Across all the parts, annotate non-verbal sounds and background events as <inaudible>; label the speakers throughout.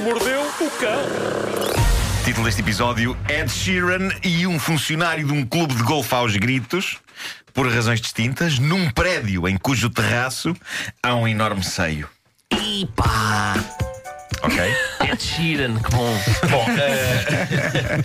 Speaker 1: mordeu o cão.
Speaker 2: Título deste episódio: Ed Sheeran e um funcionário de um clube de golfe aos gritos, por razões distintas, num prédio em cujo terraço há um enorme seio.
Speaker 3: Ipa!
Speaker 2: Ok?
Speaker 3: Ed Sheeran, É que bom.
Speaker 2: Bom, eh,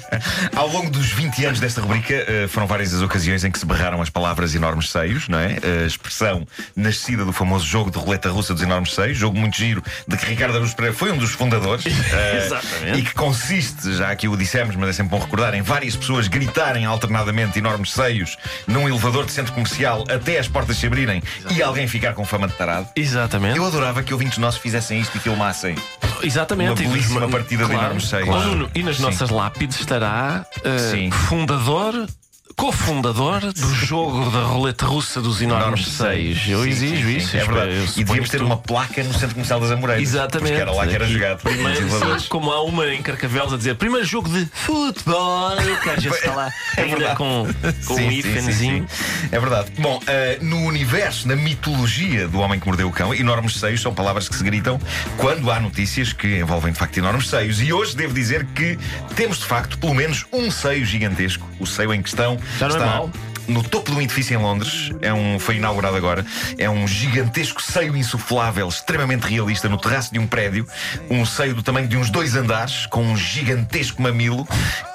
Speaker 2: <laughs> ao longo dos 20 anos desta rubrica, eh, foram várias as ocasiões em que se berraram as palavras enormes seios, não é? A expressão nascida do famoso jogo de roleta russa dos enormes seios, jogo muito giro, de que Ricardo Aruz Pereira foi um dos
Speaker 3: <laughs>
Speaker 2: fundadores. eh,
Speaker 3: Exatamente.
Speaker 2: E que consiste, já aqui o dissemos, mas é sempre bom recordar, em várias pessoas gritarem alternadamente enormes seios num elevador de centro comercial até as portas se abrirem e alguém ficar com fama de tarado.
Speaker 3: Exatamente.
Speaker 2: Eu adorava que ouvintes nossos fizessem isto e filmassem.
Speaker 3: Exatamente.
Speaker 2: Uma
Speaker 3: E nos
Speaker 2: belíssima
Speaker 3: ma-
Speaker 2: partida de enormes seios.
Speaker 3: Ó, Nuno, E nas
Speaker 2: Sim.
Speaker 3: nossas lápides estará eh,
Speaker 2: Sim.
Speaker 3: fundador. Cofundador do jogo da roleta russa dos enormes seios. Eu
Speaker 2: Sim,
Speaker 3: exijo
Speaker 2: sim,
Speaker 3: isso.
Speaker 2: sim, É
Speaker 3: espero-
Speaker 2: verdade.
Speaker 3: eu
Speaker 2: E
Speaker 3: suponho
Speaker 2: devíamos
Speaker 3: que
Speaker 2: ter
Speaker 3: tu-
Speaker 2: uma placa no centro comercial das Amoreiras.
Speaker 3: Exatamente.
Speaker 2: Porque era lá que era
Speaker 3: E
Speaker 2: jogado.
Speaker 3: Primeiro,
Speaker 2: Nos elevadores.
Speaker 3: sim, como há uma em Carcavelos a dizer primeiro jogo de
Speaker 2: <laughs>
Speaker 3: futebol, que às vezes está lá
Speaker 2: É
Speaker 3: ainda
Speaker 2: verdade.
Speaker 3: com, com
Speaker 2: Sim,
Speaker 3: um
Speaker 2: sim, sim,
Speaker 3: íconezinho.
Speaker 2: sim. É verdade. Bom, eh, no universo, na mitologia do homem que mordeu o cão, enormes seios são palavras que se gritam quando há notícias que envolvem de facto enormes seios. E hoje devo dizer que temos de facto pelo menos um seio gigantesco. O seio em questão
Speaker 3: Já não é
Speaker 2: está.
Speaker 3: mau.
Speaker 2: No topo de um edifício em Londres, é um, foi inaugurado agora, é um gigantesco seio insuflável, extremamente realista, no terraço de um prédio, um seio do tamanho de uns dois andares, com um gigantesco mamilo,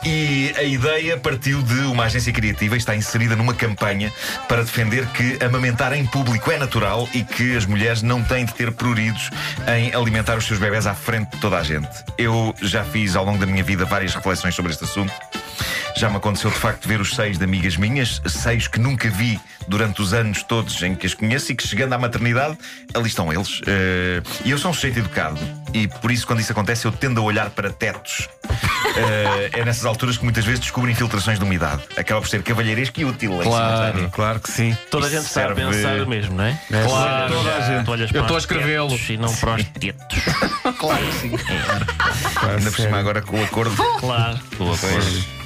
Speaker 2: e a ideia partiu de uma agência criativa e está inserida numa campanha para defender que amamentar em público é natural e que as mulheres não têm de ter pruridos em alimentar os seus bebés à frente de toda a gente. Eu já fiz ao longo da minha vida várias reflexões sobre este assunto. Já me aconteceu de facto ver os seis de amigas minhas, seis que nunca vi durante os anos todos em que as conheço e que chegando à maternidade, ali estão eles. Eh, E eu sou um sujeito educado e por isso, quando isso acontece, eu tendo a olhar para tetos. Eh, é nessas alturas que muitas vezes descubro infiltrações de umidade. Acaba por ser cavalheiresco e útil. em cima da
Speaker 4: Claro,
Speaker 2: área.
Speaker 4: claro que sim.
Speaker 3: Toda a
Speaker 2: Isso
Speaker 3: gente está a
Speaker 2: serve-
Speaker 3: pensar o mesmo, não é?
Speaker 4: É, sim, toda a gente.
Speaker 3: Tu olhas
Speaker 4: Eu
Speaker 3: para
Speaker 4: estou a
Speaker 3: os
Speaker 4: escrevê-lo.
Speaker 3: tetos E não para os tetos.
Speaker 2: <laughs> Ainda por cima, agora com o acordo.
Speaker 3: Claro.
Speaker 2: Pois,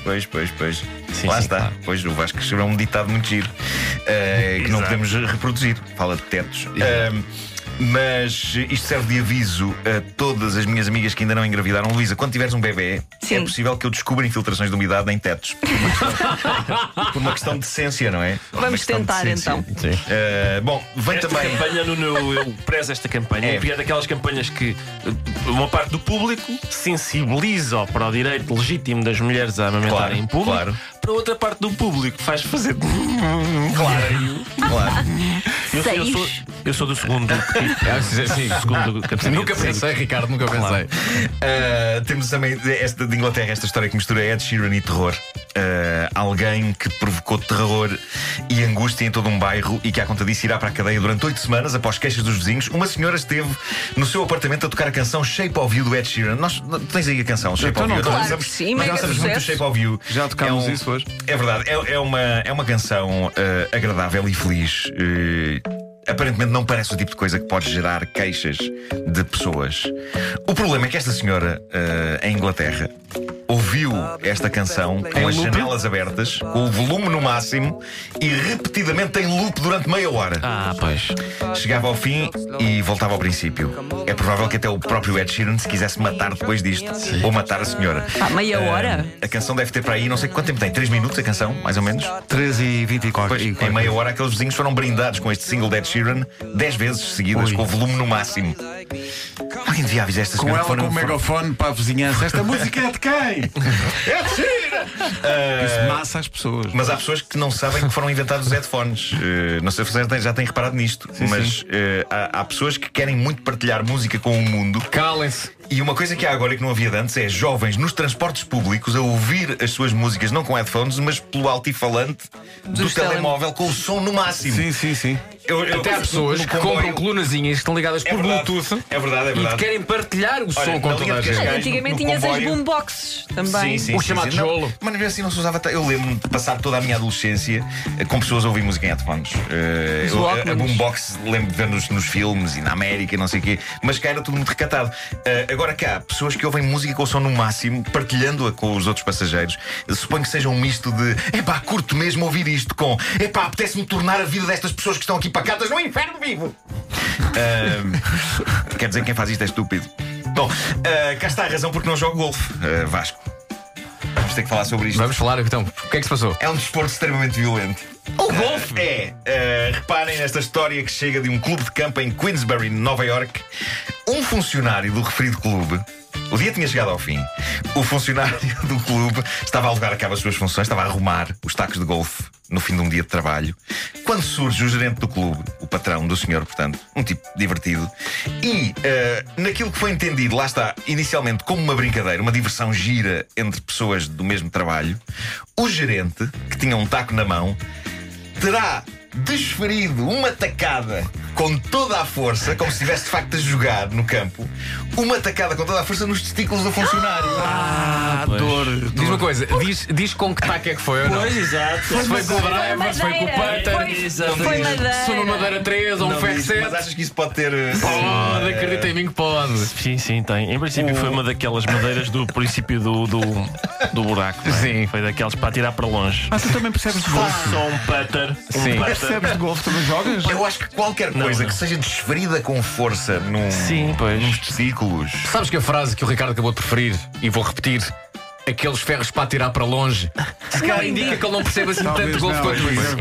Speaker 2: pois, pois, pois.
Speaker 3: Sim,
Speaker 2: Lá
Speaker 3: sim,
Speaker 2: está.
Speaker 3: claro.
Speaker 2: Pois o Vasco escreveu um ditado muito giro eh, que não podemos reproduzir. Fala de tetos. Ahm, mas isto serve de aviso a todas as minhas amigas que ainda não engravidaram. Luísa, quando tiveres um bebê, é
Speaker 5: Sim.
Speaker 2: possível que eu descubra infiltrações de umidade em tetos. Por uma questão- Por uma questão de decência, não é? Por uma
Speaker 5: Vamos
Speaker 2: questão de
Speaker 5: tentar,
Speaker 2: decência.
Speaker 5: então.
Speaker 2: Eh, bom, vem
Speaker 3: Esta
Speaker 2: também.
Speaker 3: campanha, no, no, eu prezo esta campanha,
Speaker 2: É.
Speaker 3: porque é daquelas campanhas que eh, uma parte do público sensibiliza para o direito legítimo das mulheres a amamentarem
Speaker 2: Claro,
Speaker 3: em público,
Speaker 2: claro.
Speaker 3: para outra parte do público faz fazer.
Speaker 2: Claro, claro.
Speaker 3: Eu, eu, sou,
Speaker 5: Seios.
Speaker 3: eu sou do segundo. assim,
Speaker 4: sim.
Speaker 3: segundo capítulo.
Speaker 4: Nunca pensei, Ricardo, nunca pensei.
Speaker 2: Uh, temos também esta de Inglaterra, esta história que mistura Ed Sheeran e terror. Uh, alguém que provocou terror e angústia em todo um bairro e que, à conta disso, irá para a cadeia durante oito semanas após queixas dos vizinhos. Uma senhora esteve no seu apartamento a tocar a canção Shape of You do Ed Sheran. Nós, tu tens aí a canção Shape
Speaker 4: Então
Speaker 2: of You.
Speaker 4: não
Speaker 2: Nós
Speaker 5: claro
Speaker 2: usamos-
Speaker 5: que sim,
Speaker 2: nós
Speaker 5: mega
Speaker 2: gostamos muito do
Speaker 5: sucesso.
Speaker 2: Shape of You.
Speaker 4: Já tocámos
Speaker 2: É um-
Speaker 4: isso hoje.
Speaker 2: é verdade, é, é uma, é uma canção eh, agradável e feliz. Eh, aparentemente não parece o tipo de coisa que pode gerar queixas de pessoas. O problema é que esta senhora eh, em Inglaterra ouviu esta canção com as janelas abertas, com o volume no máximo e repetidamente em loop durante meia hora.
Speaker 3: Ah, pois.
Speaker 2: Chegava ao fim e voltava ao princípio. É provável que até o próprio Ed Sheeran se quisesse matar depois disto. Ou matar a senhora.
Speaker 5: Pá, Ah, meia
Speaker 2: Eh,
Speaker 5: hora?
Speaker 2: a canção deve ter para aí, não sei quanto tempo tem, 3 minutos a canção, mais ou menos.
Speaker 4: 13 e 24.
Speaker 2: Pois, em meia hora, aqueles vizinhos foram brindados com este single de Ed Sheeran 10 vezes seguidas,
Speaker 4: Ui.
Speaker 2: com o volume no máximo. Alguém devia avisar esta
Speaker 4: Com
Speaker 2: senhora
Speaker 4: ela
Speaker 2: que
Speaker 4: com
Speaker 2: foram-
Speaker 4: o megafone para a vizinhança. Esta música é de quem? É
Speaker 2: Ed Sheeran!
Speaker 4: Isso massa as pessoas.
Speaker 2: Mas há pessoas que não sabem que foram inventados
Speaker 4: <laughs>
Speaker 2: os headphones. Eh, não sei se vocês têm- já têm reparado nisto, mas eh, há, há pessoas que querem muito partilhar música com o mundo.
Speaker 4: Calem-se.
Speaker 2: E uma coisa que há agora e que não havia de antes é jovens nos transportes públicos a ouvir as suas músicas, não com headphones, mas pelo altifalante do
Speaker 5: Dos
Speaker 2: telemóvel, com o som no máximo.
Speaker 4: Sim, sim, sim.
Speaker 2: Eu- eu-
Speaker 6: Até há
Speaker 2: no
Speaker 6: pessoas que
Speaker 2: comboio- É
Speaker 6: compram colunazinhas que estão ligadas por
Speaker 2: verdade,
Speaker 6: Bluetooth
Speaker 2: É verdade, é
Speaker 6: e que
Speaker 2: verdade. então
Speaker 6: querem partilhar o som
Speaker 2: na
Speaker 6: com
Speaker 2: linha
Speaker 6: toda a
Speaker 2: de
Speaker 6: gente.
Speaker 2: Cascais,
Speaker 5: Antigamente
Speaker 2: no
Speaker 5: tinhas as
Speaker 2: comboio-
Speaker 5: boomboxes também.
Speaker 2: Sim, sim,
Speaker 6: O
Speaker 2: sim,
Speaker 6: chamado
Speaker 2: sim. Não,
Speaker 6: tijolo.
Speaker 2: mas mesmo assim não se usava tanto. Eu lembro-me de passar toda a minha adolescência eh, com pessoas a ouvir música em headphones. Eh,
Speaker 5: Os
Speaker 2: eu- a- a
Speaker 5: Walkmans.
Speaker 2: boombox lembro de ver nos, nos filmes e na América e não sei o quê, mas cá era tudo muito recatado. Eh, agora cá, pessoas que ouvem música com o som no máximo, partilhando-a com os outros passageiros, Eh, suponho que seja um misto de epá, curto mesmo ouvir isto com epá, apetece-me tornar a vida destas pessoas que estão aqui pacatas no inferno vivo. Ah, quer dizer que quem faz isto é estúpido. Bom, ah, cá está a razão porque não jogo golfe, ah, Vasco. Vamos ter que falar sobre isto.
Speaker 6: Vamos falar então. O que é que se passou?
Speaker 2: É um desporto extremamente violento.
Speaker 6: O golfe!
Speaker 2: É, uh, reparem nesta história que chega de um clube de campo em Queensbury, Nova York. Um funcionário do referido clube. O dia tinha chegado ao fim. O funcionário do clube estava a levar a cabo as suas funções, estava a arrumar os tacos de golfe no fim de um dia de trabalho. Quando surge o gerente do clube, o patrão do senhor, portanto, um tipo divertido, e uh, naquilo que foi entendido, lá está, inicialmente como uma brincadeira, uma diversão gira entre pessoas do mesmo trabalho, o gerente, que tinha um taco na mão, terá desferido uma tacada com toda a força, como se estivesse de facto a jogar no campo, uma tacada com toda a força nos testículos do funcionário.
Speaker 3: Ah, dor.
Speaker 6: Diz uma coisa, diz, diz com que taque é que foi ou não?
Speaker 3: Pois, exato.
Speaker 6: Se foi com o Driver,
Speaker 1: Madeira.
Speaker 6: se foi com o Panther,
Speaker 1: Foi,
Speaker 3: Exato.
Speaker 1: foi
Speaker 3: Não diz.
Speaker 1: madeira.
Speaker 6: se foi uma Madeira 3 ou um
Speaker 2: Não diz, mas
Speaker 6: FR7.
Speaker 2: achas que isso pode ter. eh,
Speaker 6: Pode,
Speaker 2: eh,
Speaker 6: acredita em mim que pode.
Speaker 3: Sim, sim, tem. Em
Speaker 6: Hum.
Speaker 3: princípio foi uma daquelas madeiras do princípio do, do, do buraco. não é?
Speaker 6: Sim.
Speaker 3: Foi daquelas para tirar para longe.
Speaker 4: Ah, tu também percebes de golfe.
Speaker 3: Fosse só um putter, um
Speaker 6: Sim.
Speaker 3: putter.
Speaker 4: Percebes de golfe, também jogas?
Speaker 2: Eu acho que qualquer
Speaker 3: Não,
Speaker 2: coisa
Speaker 3: não.
Speaker 2: que seja desferida com força num,
Speaker 3: Sim, pois.
Speaker 2: nos testículos.
Speaker 6: Sabes que a frase que o Ricardo acabou de preferir, e vou repetir, aqueles ferros para atirar para longe, se calhar indica que ele não percebe assim tanto golfe quanto isso.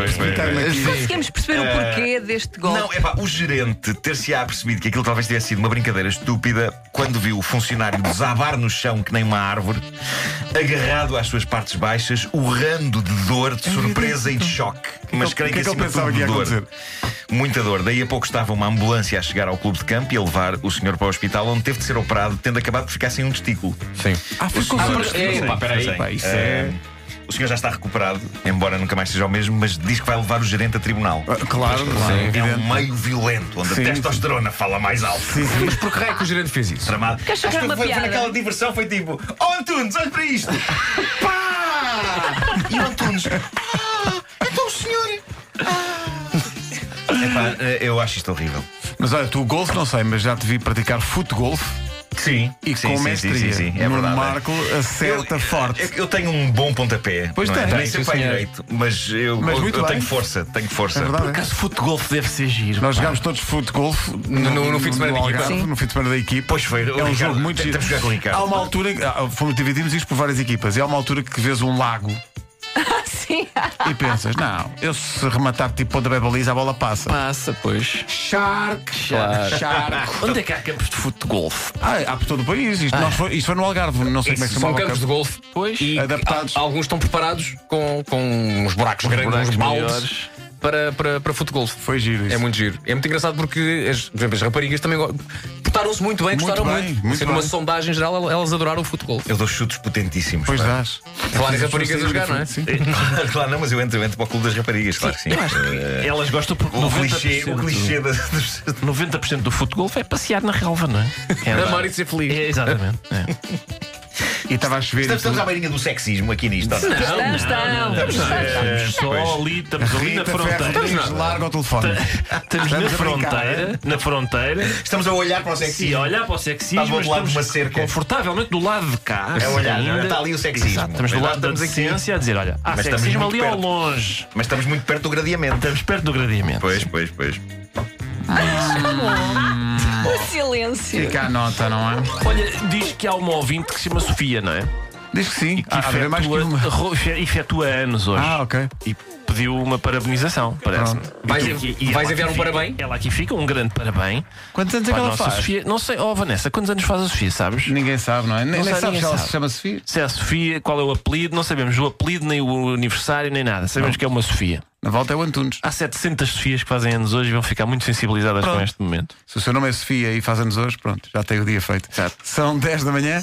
Speaker 1: Conseguimos perceber o porquê deste golpe.
Speaker 2: Não, é pá, o gerente ter-se-á percebido que aquilo talvez tivesse sido uma brincadeira estúpida quando viu o funcionário desabar no chão que nem uma árvore, agarrado às suas partes baixas, urrando de dor, de surpresa e de choque. Mas
Speaker 4: que-
Speaker 2: creio
Speaker 4: o que
Speaker 2: que,
Speaker 4: é que ele
Speaker 2: acima de
Speaker 4: pensava
Speaker 2: tudo,
Speaker 4: que ia
Speaker 2: dor.
Speaker 4: acontecer?
Speaker 2: Muita dor. Daí a pouco estava uma ambulância a chegar ao clube de campo e a levar o senhor para o hospital, onde teve de ser operado, tendo acabado de ficar sem um testículo.
Speaker 6: Sim.
Speaker 4: Ah, foi com
Speaker 6: Ah,
Speaker 4: força.
Speaker 6: mas- é, pá, peraí.
Speaker 2: Não sei.
Speaker 4: Pá, isso é-
Speaker 2: Ah, O senhor já está recuperado, embora nunca mais seja o mesmo, mas diz que vai levar o gerente a tribunal.
Speaker 4: Ah, Claro,
Speaker 2: É,
Speaker 4: claro.
Speaker 2: é um meio violento, onde
Speaker 4: Sim.
Speaker 2: a testosterona fala mais alto.
Speaker 6: Mas por que raio que o gerente fez isso?
Speaker 2: Tramado.
Speaker 1: Queres
Speaker 2: Acho
Speaker 1: jogar
Speaker 2: que
Speaker 1: uma
Speaker 2: foi, foi
Speaker 1: piada?
Speaker 2: naquela diversão, foi tipo: Oh Antunes, olha para
Speaker 1: <laughs>
Speaker 2: isto! Pá! E o Antunes, ah, então o senhor. Ah. Epá, eh, eu acho isto horrível.
Speaker 4: Mas olha, tu golfe não sei, mas já te vi praticar futgolfe.
Speaker 2: Sim,
Speaker 4: E
Speaker 2: sim,
Speaker 4: com
Speaker 2: sim,
Speaker 4: mestria,
Speaker 2: sim, sim, sim. É
Speaker 4: Nuno
Speaker 2: verdade.
Speaker 4: Marco acerta
Speaker 2: Eu-
Speaker 4: forte.
Speaker 2: Eu, eu tenho um bom pontapé.
Speaker 4: Pois
Speaker 2: não é?
Speaker 4: tem.
Speaker 2: Nem
Speaker 4: Tem,
Speaker 2: sempre
Speaker 6: sim,
Speaker 2: vai
Speaker 6: senhor.
Speaker 2: direito, mas eu,
Speaker 4: Mas
Speaker 2: eu-
Speaker 4: muito
Speaker 2: eu
Speaker 4: bem.
Speaker 2: tenho força, tenho força.
Speaker 4: É verdade.
Speaker 3: Por acaso futebol deve ser giro.
Speaker 4: Nós jogámos todos futgolfe
Speaker 6: no- no fim de semana da equipa.
Speaker 4: Algarve,
Speaker 1: Sim.
Speaker 4: no fim de semana da equipa.
Speaker 2: Pois foi,
Speaker 4: É um jogo muito giro.
Speaker 2: Temos que jogar com o Ricardo.
Speaker 4: Há uma altura, em que- ah, fomos dividimos isto por várias equipas, e há uma altura que vês um lago
Speaker 1: Sim.
Speaker 4: e pensas, não, eu se rematar tipo ponta baliza, a bola passa.
Speaker 6: Passa, pois.
Speaker 4: Shark,
Speaker 6: Claro.
Speaker 4: shark.
Speaker 3: Onde é que há campos de futebol?
Speaker 4: Ah, há por todo o país. Isto, nós foi, isto foi no Algarve, não sei como é que se
Speaker 6: São
Speaker 4: chamava. o
Speaker 6: campos de
Speaker 4: campo.
Speaker 6: golfe
Speaker 3: Pois.
Speaker 6: e
Speaker 4: Adaptados.
Speaker 6: a- alguns estão preparados com, com uns buracos grandes,
Speaker 3: buracos
Speaker 6: uns baldes
Speaker 3: maiores.
Speaker 6: para, para, para futgolfe.
Speaker 4: Foi giro isso.
Speaker 6: É muito giro. É muito engraçado porque as, por exemplo, as raparigas também go- portaram-se muito bem,
Speaker 4: Muito
Speaker 6: gostaram
Speaker 4: bem,
Speaker 6: muito.
Speaker 4: muito
Speaker 6: Assim, numa
Speaker 4: bem. É
Speaker 6: sondagem geral, el- elas adoraram o futebol.
Speaker 2: Eu dou chutos potentíssimos.
Speaker 4: Pois
Speaker 2: pá.
Speaker 4: dás.
Speaker 6: Falar em
Speaker 4: As pessoas
Speaker 6: raparigas a
Speaker 4: saíram
Speaker 6: jogar, não é?
Speaker 4: diferente, sim.
Speaker 2: <laughs> claro, não, mas eu entro, eu entro para o clube das raparigas, claro que sim. Eh,
Speaker 3: Elas gostam porque
Speaker 2: o clichê,
Speaker 3: 90%,
Speaker 2: o clichê da- dos.
Speaker 3: 90% do futebol é passear na relva, não é? É andar.
Speaker 6: Amar e ser feliz.
Speaker 3: É, exatamente. É.
Speaker 4: E estava a chover. e
Speaker 2: Estamos, estamos à beirinha do sexismo aqui nisto. ou não?
Speaker 1: Não, estão.
Speaker 2: Eh, pois.
Speaker 3: Só ali, estamos ali na Tá.
Speaker 4: Rita Ferro,
Speaker 3: fronteira.
Speaker 4: Rodrigues, larga o telefone.
Speaker 3: Estamos na
Speaker 4: Estamos a
Speaker 2: é?
Speaker 4: brincar,
Speaker 3: fronteira, na fronteira,
Speaker 2: Estamos a olhar para o
Speaker 3: se
Speaker 2: sexismo.
Speaker 3: olhar para o sexismo,
Speaker 2: Está do outro lado
Speaker 3: estamos
Speaker 2: de uma cerca.
Speaker 3: confortavelmente do lado de cá.
Speaker 2: É olhar,
Speaker 3: ainda.
Speaker 2: está ali o sexismo.
Speaker 3: Exato, estamos do
Speaker 2: Mas lá
Speaker 3: lado da
Speaker 2: estamos aqui.
Speaker 3: ciência a dizer: olha, há
Speaker 2: Mas estamos
Speaker 3: sexismo
Speaker 2: muito
Speaker 3: ali ao
Speaker 2: perto.
Speaker 3: longe.
Speaker 2: Mas estamos muito perto do gradiamento.
Speaker 3: Estamos perto do gradiamento.
Speaker 2: Pois, pois, pois.
Speaker 1: O silêncio.
Speaker 4: Fica a nota, não é?
Speaker 3: Olha, diz que há uma ouvinte que se chama Sofia, não é?
Speaker 4: Diz que sim.
Speaker 3: Que
Speaker 4: Ah, haverá mais que uma.
Speaker 3: ro- efe- efetua anos hoje.
Speaker 4: Ah, ok.
Speaker 3: E pediu uma parabenização, parece-me.
Speaker 4: Pronto.
Speaker 6: Vais-
Speaker 3: E aqui-
Speaker 6: vais
Speaker 3: ela
Speaker 6: enviar um
Speaker 3: aqui fica-
Speaker 6: parabén?
Speaker 3: Ela aqui fica, um grande parabéns.
Speaker 4: Quantos anos é
Speaker 3: Pá,
Speaker 4: que ela
Speaker 3: nossa,
Speaker 4: faz?
Speaker 3: Sofia, não sei, oh Vanessa, quantos anos faz a Sofia, sabes?
Speaker 4: Ninguém sabe, não é? Nem,
Speaker 3: Não
Speaker 4: nem
Speaker 3: sei,
Speaker 4: sabes
Speaker 3: ninguém
Speaker 4: se ela
Speaker 3: sabe.
Speaker 4: se chama Sofia.
Speaker 3: Se é a Sofia, qual é o apelido, não sabemos o apelido, nem o aniversário, nem nada. Sabemos que é uma Sofia.
Speaker 4: Na volta é o Antunes.
Speaker 3: Há 700 Sofias que fazem anos hoje e vão ficar muito sensibilizadas com
Speaker 4: Pronto.
Speaker 3: este momento.
Speaker 4: Se o seu nome é Sofia e faz anos hoje, pronto, já tem o dia feito. São 10 da manhã.